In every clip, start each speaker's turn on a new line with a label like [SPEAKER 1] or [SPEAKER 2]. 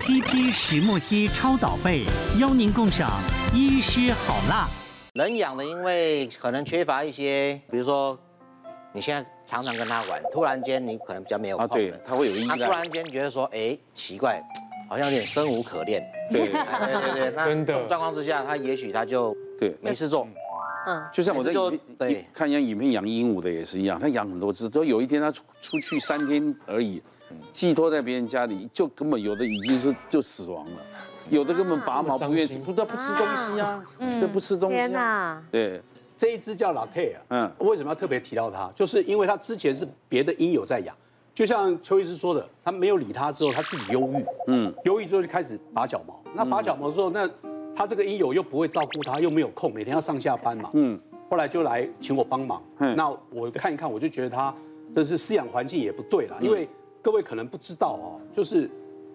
[SPEAKER 1] CP 石墨烯超导被，邀您共赏医师好辣。
[SPEAKER 2] 人养的，因为可能缺乏一些，比如说你现在常常跟他玩，突然间你可能比较没有
[SPEAKER 3] 啊，
[SPEAKER 2] 空
[SPEAKER 3] 对
[SPEAKER 2] 了，
[SPEAKER 3] 他会有依
[SPEAKER 2] 他突
[SPEAKER 3] 赖，
[SPEAKER 2] 然间觉得说，哎，奇怪，好像有点生无可恋。
[SPEAKER 3] 对
[SPEAKER 2] 哎对对对，那
[SPEAKER 4] 真的
[SPEAKER 2] 这种状况之下，他也许他就
[SPEAKER 3] 对。
[SPEAKER 2] 没事做，
[SPEAKER 5] 嗯，
[SPEAKER 3] 就像我在
[SPEAKER 2] 每次就
[SPEAKER 3] 影片
[SPEAKER 2] 对
[SPEAKER 3] 一看人家影片养鹦鹉的也是一样，他养很多只，都有一天他出出去三天而已，寄托在别人家里，就根本有的已经是就死亡了，有的根本
[SPEAKER 6] 啊
[SPEAKER 3] 拔毛不愿意吃，不知道不吃东西啊，对，不吃东西、
[SPEAKER 5] 天
[SPEAKER 3] 啊，
[SPEAKER 5] 哪，
[SPEAKER 3] 对，
[SPEAKER 6] 这一只叫老泰尔，
[SPEAKER 3] 嗯
[SPEAKER 6] 嗯，为什么要特别提到它？就是因为它之前是别的鹰友在养，就像邱医师说的，他没有理它之后，它自己忧郁，
[SPEAKER 3] 嗯
[SPEAKER 6] 嗯，忧郁之后就开始拔脚毛。那拔脚毛之后，那他这个鹰友又不会照顾它，又没有空，每天要上下班嘛，
[SPEAKER 3] 嗯
[SPEAKER 6] 嗯，后来就来请我帮忙
[SPEAKER 3] 嗯。
[SPEAKER 6] 那我看一看，我就觉得它真是饲养环境也不对啦，因为各位可能不知道哦，就是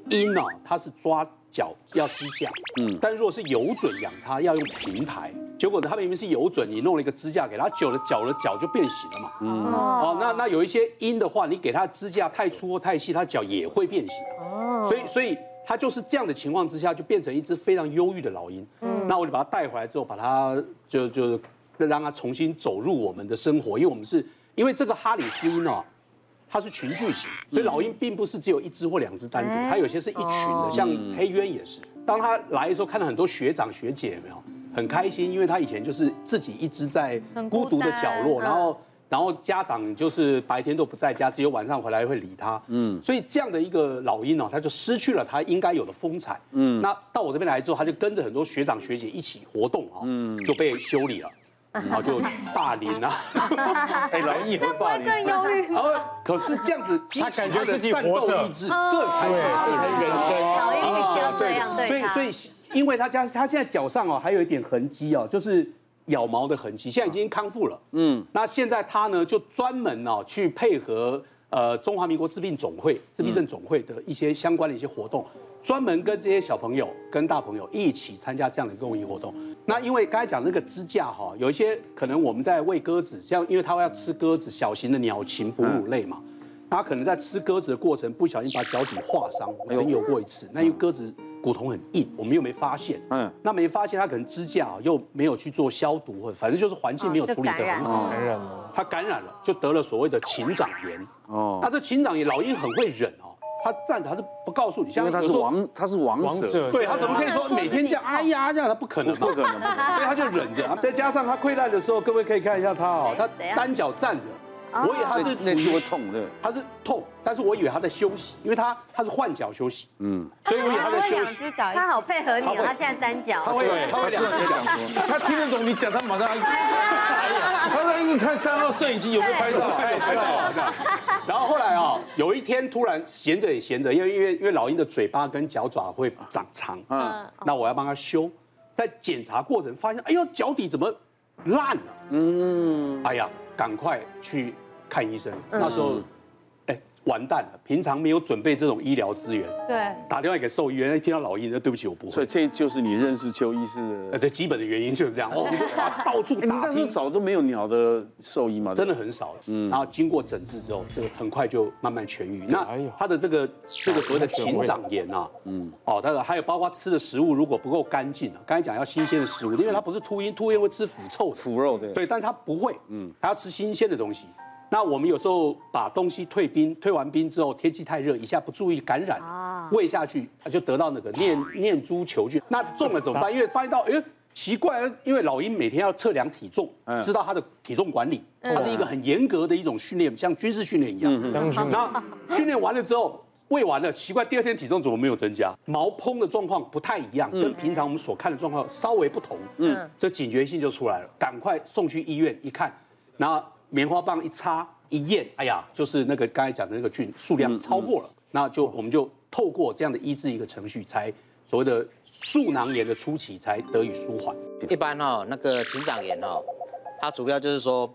[SPEAKER 6] 鹰哦，它是抓脚要支架，
[SPEAKER 3] 嗯
[SPEAKER 6] 嗯，但如果是有准养它，要用平台。结果呢，它明明是有准，你弄了一个支架给它，久了脚了脚就变形了嘛。哦，那那有一些鹰的话，你给它支架太粗或太细，它脚也会变形。哦，所以所以它就是这样的情况之下，就变成一只非常忧郁的老鹰。嗯，那我就把它带回来之后，把它就就让它重新走入我们的生活，因为我们是因为这个哈里斯鹰哦。它是群聚型，所以老鹰并不是只有一只或两只单独，它有些是一群的，像黑鸢也是。当它来的时候，看到很多学长学姐有没有很开心，因为它以前就是自己一只在
[SPEAKER 5] 很孤
[SPEAKER 6] 孤独的角落，
[SPEAKER 5] 单嗯
[SPEAKER 6] 然后然后家长就是白天都不在家，只有晚上回来会理它。嗯，所以这样的一个老鹰哦，它就失去了它应该有的风采。嗯，那到我这边来之后，它就跟着很多学长学姐一起活动哦，就被修 理了，然后就霸凌啊。
[SPEAKER 4] 哎，老鹰也会霸凌，
[SPEAKER 5] 更忧郁吗？
[SPEAKER 6] 而可是这样子激起他的战斗意志，
[SPEAKER 5] 嗯
[SPEAKER 6] 这才是他的人生。
[SPEAKER 5] 老鹰必须要这样
[SPEAKER 6] 所
[SPEAKER 5] 对
[SPEAKER 6] 以
[SPEAKER 5] 它，
[SPEAKER 6] 哦所以，因为他家他现在脚上哦还有一点痕迹哦，就是咬毛的痕迹，现在已经康复了。嗯，那现在他呢就专门哦去配合呃中华民国治病总会、自闭症总会的一些相关的一些活动。专门跟这些小朋友、跟大朋友一起参加这样的公益活动。那因为刚才讲那个支架哈，有一些可能我们在喂鸽子，像因为它要吃鸽子，小型的鸟禽哺乳类嘛，它可能在吃鸽子的过程不小心把脚底划伤，我曾有过一次。那因为鸽子骨头很硬，我们又没发现，
[SPEAKER 3] 哎嗯
[SPEAKER 6] 嗯，那没发现它可能支架啊又没有去做消毒，或者反正就是环境没有
[SPEAKER 5] 哦就
[SPEAKER 6] 处理得
[SPEAKER 5] 感染
[SPEAKER 6] 很好，
[SPEAKER 4] 感
[SPEAKER 7] 嗯
[SPEAKER 4] 染了，
[SPEAKER 6] 它感染了就得了所谓的禽长炎。
[SPEAKER 3] 哦
[SPEAKER 6] 那，这禽长炎老鹰很会忍哦，它站着它是不告诉你，
[SPEAKER 3] 因
[SPEAKER 6] 像
[SPEAKER 3] 为他
[SPEAKER 6] 有
[SPEAKER 3] 是
[SPEAKER 6] 时候
[SPEAKER 3] 王，他是王
[SPEAKER 4] 王
[SPEAKER 3] 者，
[SPEAKER 4] 者
[SPEAKER 6] 对他怎么可以
[SPEAKER 5] 不
[SPEAKER 6] 说
[SPEAKER 5] 能说
[SPEAKER 6] 每天这样
[SPEAKER 5] 自己
[SPEAKER 6] 哎呀这样，他不可能嘛
[SPEAKER 3] 不，可能的，
[SPEAKER 6] 所以他就忍着。啊再加上他溃烂的时候，各位可以看一下他哦，他
[SPEAKER 5] 怎样哦
[SPEAKER 6] 单脚站着，我以为他
[SPEAKER 3] 那
[SPEAKER 6] 是
[SPEAKER 3] 那就
[SPEAKER 6] 处
[SPEAKER 3] 会
[SPEAKER 6] 于
[SPEAKER 3] 痛的，
[SPEAKER 6] 他是痛，但是我以为他在休息，因为他他是换脚休息，
[SPEAKER 3] 嗯，
[SPEAKER 6] 所以我以为他在
[SPEAKER 7] 会
[SPEAKER 6] 休
[SPEAKER 7] 两
[SPEAKER 6] 息，
[SPEAKER 7] 只脚一起
[SPEAKER 5] 它好配合你哦，它现在单
[SPEAKER 6] 他
[SPEAKER 5] 脚，
[SPEAKER 6] 会他会两只脚。
[SPEAKER 4] 他听得懂你讲，他马 上，他在一个看三号摄影机有没有拍到，哎是哦
[SPEAKER 6] 然后后来啊、有一天突然闲着也闲着，因为因为因为老鹰的嘴巴跟脚爪会长长，嗯，那我要帮它修，在检查过程发现，哎呦，脚底怎么烂了？嗯，哎呀，赶快去看医生。那时候，哎，完蛋了，平常没有准备这种医疗资源，
[SPEAKER 7] 对，
[SPEAKER 6] 打电话给兽医院，一哎听到老鹰，那对不起，我不
[SPEAKER 3] 所以
[SPEAKER 6] 会。
[SPEAKER 3] 这就是你认识邱医师
[SPEAKER 6] 呃，
[SPEAKER 3] 的。
[SPEAKER 6] 这基本的原因就是这样，哦，我们就哇到处
[SPEAKER 3] 哎你
[SPEAKER 6] 打
[SPEAKER 3] 那时候
[SPEAKER 6] 听，
[SPEAKER 3] 早都没有鸟的兽医嘛？
[SPEAKER 6] 真的很少了。
[SPEAKER 4] 嗯
[SPEAKER 6] 然后经过诊治之后，这个很快就慢慢痊愈。那
[SPEAKER 4] 哎呦
[SPEAKER 6] 它的这个这个所谓的禽长炎啊，嗯，哦，它的还有包括吃的食物如果不够干净啊，刚才讲要新鲜的食物，因为它不是秃鹰，秃鹰会吃腐臭的，
[SPEAKER 3] 腐肉的，
[SPEAKER 6] 对，但它不会，嗯，它要吃新鲜的东西。那我们有时候把东西退冰，退完冰之后天气太热，一下不注意感染，喂下去它就得到那个念念珠球菌。那中了怎么办？因为发现到，哎，奇怪，因为老鹰每天要测量体重，
[SPEAKER 3] 嗯
[SPEAKER 6] 知道它的体重管理，它是一个很严格的一种训练，像军事训
[SPEAKER 3] 嗯
[SPEAKER 6] 练一样。
[SPEAKER 4] 将军
[SPEAKER 6] 那训练完了之后，喂完了，奇怪，第二天体重怎么没有增加？毛蓬的状况不太一样，跟平常我们所看的状况稍微不同。嗯，这警觉性就出来了，赶快送去医院一看，然后棉花棒一插一验，哎呀，就是那个刚才讲的那个菌数量超过了，那就我们就透过这样的医治一个程序，才所谓的素囊炎的初期才得以舒缓。
[SPEAKER 2] 一般哦，那个禽长炎哦，它主要就是说，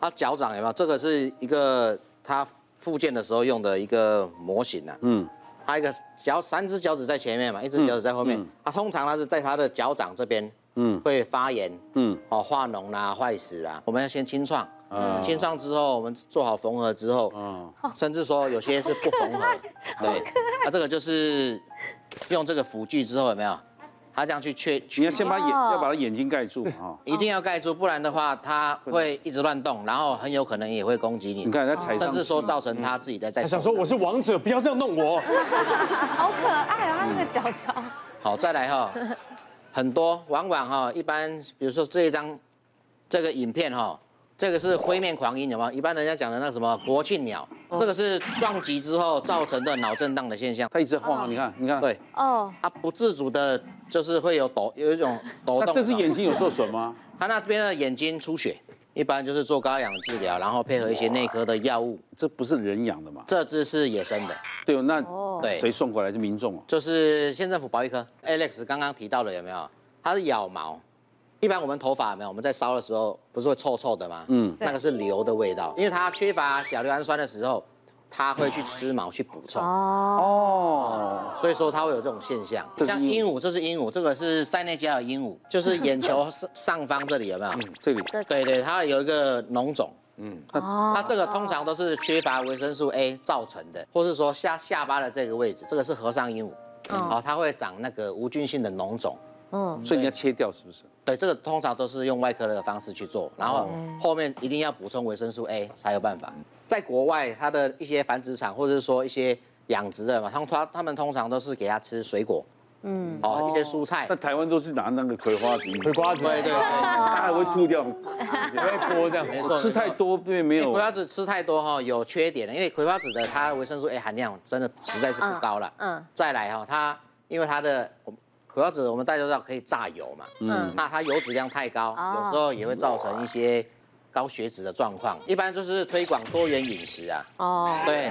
[SPEAKER 2] 它脚掌有没有？这个是一个它复健的时候用的一个模型啊。嗯。它一个脚三只脚趾在前面嘛，一只脚趾在后面。它通常它是在它的啊脚掌这边，嗯，会发炎，嗯，哦，化脓啦、坏死啦，我们要先清创。
[SPEAKER 3] 嗯
[SPEAKER 2] 清创之后，我们做好缝合之后，
[SPEAKER 3] 嗯，
[SPEAKER 2] 甚至说有些是不缝合，对，啊那这个就是用这个辅具之后有没有？它这样去确
[SPEAKER 3] 你要
[SPEAKER 2] 去，
[SPEAKER 3] 先把眼要
[SPEAKER 6] 哦
[SPEAKER 3] 把它眼睛盖住嘛啊哈。
[SPEAKER 2] 一定要盖住，不然的话它会一直乱动，然后很有可能也会攻击你
[SPEAKER 3] 你，看他踩
[SPEAKER 2] 甚
[SPEAKER 3] 上
[SPEAKER 2] 至说造成他自己在在
[SPEAKER 4] 他想说我是王者，不要这样弄我。
[SPEAKER 7] 好可爱啊，他那个脚脚。
[SPEAKER 2] 好，再来 哈、很多往往哈、一般比如说这一张这个影片哈、这个是灰面狂鹰，有吗？一般人家讲的那个什么国庆鸟，
[SPEAKER 3] 哦
[SPEAKER 2] 这个是撞击之后造成的脑震荡的现象。
[SPEAKER 3] 他一直晃啊，你看，你看，
[SPEAKER 2] 对，
[SPEAKER 7] 哦，
[SPEAKER 2] 它不自主的，就是会有抖，有一种抖
[SPEAKER 3] 那
[SPEAKER 2] 动。
[SPEAKER 3] 这是眼睛有受损吗？
[SPEAKER 2] 它那边的眼睛出血，一般就是做高氧治疗，然后配合一些内科的药物。
[SPEAKER 3] 这不是人养的嘛？
[SPEAKER 2] 这只是野生的，
[SPEAKER 3] 对哦，那
[SPEAKER 2] 对
[SPEAKER 3] 谁送过来是民众哦。
[SPEAKER 2] 就是县政府保育科 Alex 刚刚提到的有没有？它是咬毛，一般我们头发有没有？我们在烧的时候不是会臭臭的吗？
[SPEAKER 3] 嗯
[SPEAKER 2] 嗯，那个是硫的味道，因为它缺乏甲硫氨酸的时候，它会去吃毛去补充，
[SPEAKER 3] 哦，
[SPEAKER 2] 所以说它会有这种现象。
[SPEAKER 3] 这是
[SPEAKER 2] 像
[SPEAKER 3] 鹦
[SPEAKER 2] 鹦鹉，这是鹦鹉，这个是塞内加尔鹦鹉，就是眼球上上方这里有没有？
[SPEAKER 3] 这里
[SPEAKER 2] 对对，它有一个脓肿。嗯它这个通常都是缺乏维生素 A 造成的，或是说下下巴的这个位置，这个是和尚鹦鹉，哦，它会长那个无菌性的脓肿。
[SPEAKER 3] 所以你要切掉是不是？
[SPEAKER 2] 对，这个通常都是用外科的方式去做，然后后面一定要补充维生素 A 才有办法。在国外，它的一些繁殖场或者是说一些养殖的嘛，他们他他们通常都是给它吃水果，嗯，哦，一些蔬菜
[SPEAKER 3] 那，台湾都是拿那个葵花籽，
[SPEAKER 4] 葵花籽
[SPEAKER 2] 对对对，
[SPEAKER 3] 它还会吐掉。
[SPEAKER 4] 还会播这样，
[SPEAKER 2] 没错，
[SPEAKER 3] 吃
[SPEAKER 2] 没
[SPEAKER 3] 太
[SPEAKER 2] 错
[SPEAKER 3] 多因为没
[SPEAKER 2] 因为
[SPEAKER 3] 有
[SPEAKER 2] 葵花籽吃太多哈、有缺点的，因为葵花籽的它维生素 A 含量真的实在是不高了。嗯
[SPEAKER 5] 嗯嗯，
[SPEAKER 2] 再来哈、它因为它的我们葵花籽我们大家都知道可以榨油嘛，嗯，那它油脂量太高，
[SPEAKER 5] 哦
[SPEAKER 2] 有时候也会造成一些高血脂的状况。一般就是推广多元饮食啊，
[SPEAKER 5] 哦，
[SPEAKER 2] 对，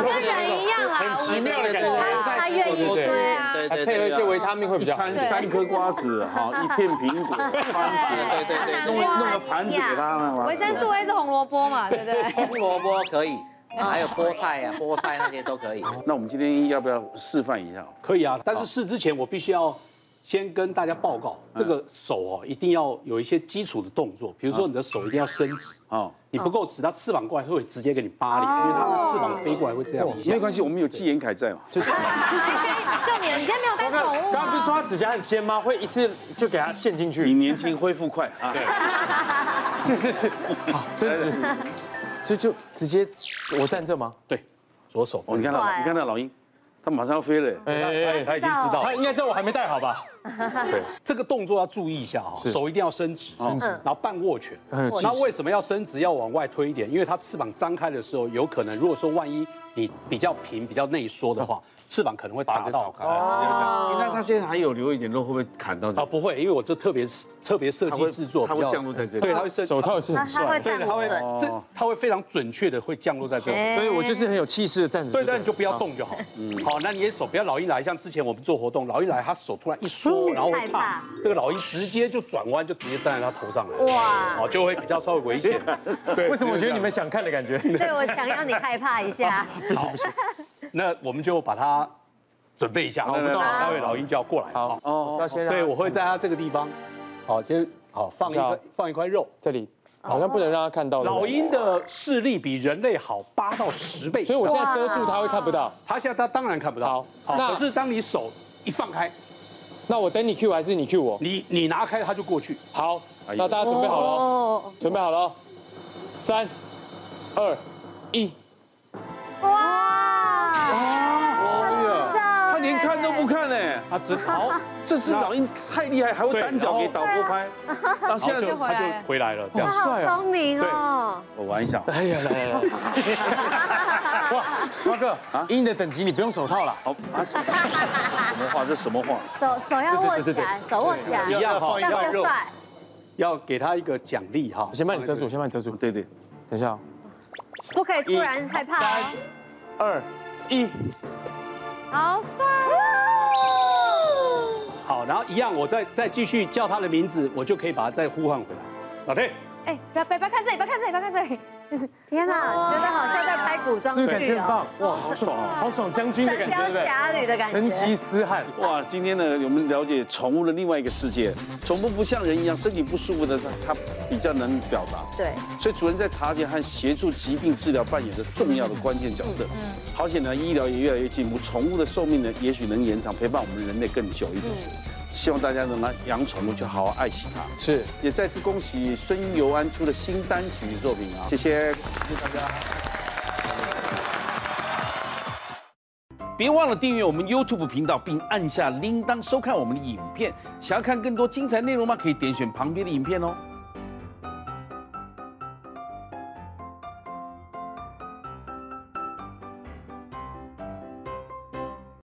[SPEAKER 7] 跟人一样啦，
[SPEAKER 4] 很奇妙的感觉
[SPEAKER 5] 他他愿意
[SPEAKER 2] 多吃一
[SPEAKER 5] 对
[SPEAKER 2] 点
[SPEAKER 5] 啊，
[SPEAKER 2] 对
[SPEAKER 4] 还
[SPEAKER 2] 对
[SPEAKER 4] 配合一
[SPEAKER 2] 对
[SPEAKER 4] 些维他命会比较好。
[SPEAKER 3] 三三颗瓜子，哈，一片苹果，
[SPEAKER 2] 对对对，
[SPEAKER 3] 弄弄个盘子给他们
[SPEAKER 7] 我
[SPEAKER 3] 玩。
[SPEAKER 7] 维生素 A 是红萝卜 嘛，对不对？
[SPEAKER 2] 胡萝卜可以，还有菠菜啊，菠菜那些都可以。
[SPEAKER 3] 那我们今天要不要示范一下？
[SPEAKER 6] 可以啊，但是试之前我必须要先跟大家报告，
[SPEAKER 4] 嗯
[SPEAKER 6] 这个手哦一定要有一些基础的动作，比如说你的手一定要伸直，
[SPEAKER 3] 哦，
[SPEAKER 6] 你不够直，它翅膀过来会直接给你扒
[SPEAKER 4] 哦
[SPEAKER 6] 脸，因为它的翅膀飞过来会这样一下
[SPEAKER 3] 没。关系，我们有纪言凯在嘛。
[SPEAKER 7] 就你，你今天没有带宠物
[SPEAKER 4] 刚刚不是
[SPEAKER 7] 吗？
[SPEAKER 4] 说他指甲很尖吗？会一次就给他陷进
[SPEAKER 3] 你
[SPEAKER 4] 去？
[SPEAKER 3] 年轻恢复快啊！
[SPEAKER 4] 是是是，好，哦伸直，所以就直接我站这吗？
[SPEAKER 6] 对，左手。
[SPEAKER 3] 哦，你看到，
[SPEAKER 5] 快
[SPEAKER 3] 你看到老鹰，它马上要飞了。
[SPEAKER 4] 哎，他已经知道，他应该知道我还没戴好吧？
[SPEAKER 6] 这个动作要注意一下哈、哦
[SPEAKER 4] 是哦
[SPEAKER 6] 手一定要伸直，伸直，然后半握拳。
[SPEAKER 4] 嗯
[SPEAKER 6] 那为什么要伸直，要往外推一点？因为它翅膀张开的时候，有可能如果说万一你比较平、比较内缩的
[SPEAKER 4] 嗯
[SPEAKER 6] 话，翅膀可能会打到。
[SPEAKER 3] 哦，那它现在还有留一点肉，会不会砍到？
[SPEAKER 6] 啊，不会，因为我这特别特别设计制作，
[SPEAKER 3] 它
[SPEAKER 6] 比
[SPEAKER 3] 会
[SPEAKER 6] 较
[SPEAKER 3] 降落在这里
[SPEAKER 6] 对，它会伸，
[SPEAKER 4] 手套也是
[SPEAKER 5] 他
[SPEAKER 4] 很
[SPEAKER 5] 他
[SPEAKER 4] 帅
[SPEAKER 5] 会，站
[SPEAKER 6] 它
[SPEAKER 5] 不
[SPEAKER 6] 会
[SPEAKER 5] 准，
[SPEAKER 6] 这它会非常准确的会降落在这
[SPEAKER 5] 哦
[SPEAKER 6] 里。
[SPEAKER 4] 所以我就是很有气势的站着。
[SPEAKER 6] 对，但你就不要动就好。好，那你的手不要老一来，像之前我们做活动，老一来他手突然一缩，然后
[SPEAKER 5] 嗯害
[SPEAKER 6] 会
[SPEAKER 5] 怕
[SPEAKER 6] 怕，这个老一直接就转弯，就直接站在他头上来。
[SPEAKER 5] 哇
[SPEAKER 6] 哇，哦，就会比较稍微危险。对
[SPEAKER 4] 为什么我觉得你们想看的感觉？
[SPEAKER 5] 对我想要你害怕一下，
[SPEAKER 6] 那我们就把它准备一下，我们
[SPEAKER 3] 好
[SPEAKER 6] 待会老鹰就要过来。
[SPEAKER 4] 好
[SPEAKER 6] 好，
[SPEAKER 4] 哦，要先让
[SPEAKER 6] 对，我会在它这个地方，好，先好放一
[SPEAKER 4] 这样
[SPEAKER 6] 块放一块肉。
[SPEAKER 4] 这里好像不
[SPEAKER 5] 哦
[SPEAKER 4] 能让他看到。对不对
[SPEAKER 6] 老，鹰的视力比人类好八到十倍以
[SPEAKER 4] 所
[SPEAKER 6] 上，
[SPEAKER 4] 以我现在遮住他会看不到。
[SPEAKER 6] 它现在它当然看不到。
[SPEAKER 4] 好那
[SPEAKER 6] 可是当你手一放开，
[SPEAKER 4] 那我等你 Q 还是你 Q 我？
[SPEAKER 6] 你你拿开它就过去。
[SPEAKER 4] 好，
[SPEAKER 3] 哎呦
[SPEAKER 4] 那大家准备好了哦，
[SPEAKER 5] 哦，
[SPEAKER 4] 准备好了哦，三、二、一。
[SPEAKER 5] 哇，
[SPEAKER 3] 哦，
[SPEAKER 5] 他
[SPEAKER 3] 它连看都不看呢。
[SPEAKER 6] 它只好，
[SPEAKER 3] 这只老鹰太厉害，还会单脚给导播拍。啊，现在
[SPEAKER 6] 就
[SPEAKER 7] 回来了
[SPEAKER 6] 它就回来了，这样
[SPEAKER 5] 他。好
[SPEAKER 4] 帅啊
[SPEAKER 5] 聪明哦，
[SPEAKER 3] 我玩一下。
[SPEAKER 4] 哎呀，来来来，哇，瓜哥
[SPEAKER 3] 啊
[SPEAKER 4] 鹰的等级你不用手套了，
[SPEAKER 3] 好，啊什么话？这什么话？
[SPEAKER 5] 手手要握起来，手握起来，
[SPEAKER 6] 一样哈，一
[SPEAKER 5] 这
[SPEAKER 6] 样
[SPEAKER 5] 样
[SPEAKER 6] 肉
[SPEAKER 5] 更，帅，
[SPEAKER 6] 要给它一个奖励哈
[SPEAKER 4] 我。先帮你遮住，我先帮你遮住。
[SPEAKER 3] 对对，
[SPEAKER 4] 等一下哦，
[SPEAKER 5] 不可以突然害怕哦。
[SPEAKER 4] 二一，
[SPEAKER 7] 好帅哦！
[SPEAKER 6] 好，然后一样，我再再继续叫它的名字，我就可以把它再呼唤回来。老天，
[SPEAKER 7] 哎，不要不要不要看这里，不要看这里，不要看这里，
[SPEAKER 5] 天哪，觉得好像在拍古装
[SPEAKER 8] 这个感觉
[SPEAKER 5] 剧
[SPEAKER 8] 很
[SPEAKER 5] 哦，
[SPEAKER 8] 棒，哇，好爽哦，好爽将军的感
[SPEAKER 5] 神
[SPEAKER 8] 觉，
[SPEAKER 5] 雕
[SPEAKER 8] 对不对？
[SPEAKER 5] 侠侣的感
[SPEAKER 8] 成吉
[SPEAKER 5] 觉。
[SPEAKER 8] 思汗，
[SPEAKER 3] 哇，今天呢，我们了解宠物的另外一个世界，宠物不像人一样身体不舒服的，它它比较能表达。
[SPEAKER 5] 对，
[SPEAKER 3] 所以主人在察觉和协助疾病治疗扮演着重要的关键角色。好险呢，医疗也越来越进步，宠物的寿命呢，也许能延长，陪伴我们人类更久一点。希望大家能够养宠物，就好好爱惜它。
[SPEAKER 8] 是。
[SPEAKER 3] 也再次恭喜孙尤安出的新单曲作品啊！谢谢。别忘了订阅我们 YouTube 频道，并按下铃铛收看我们的影片。想要看更多精彩内容吗？可以点选旁边的影片哦。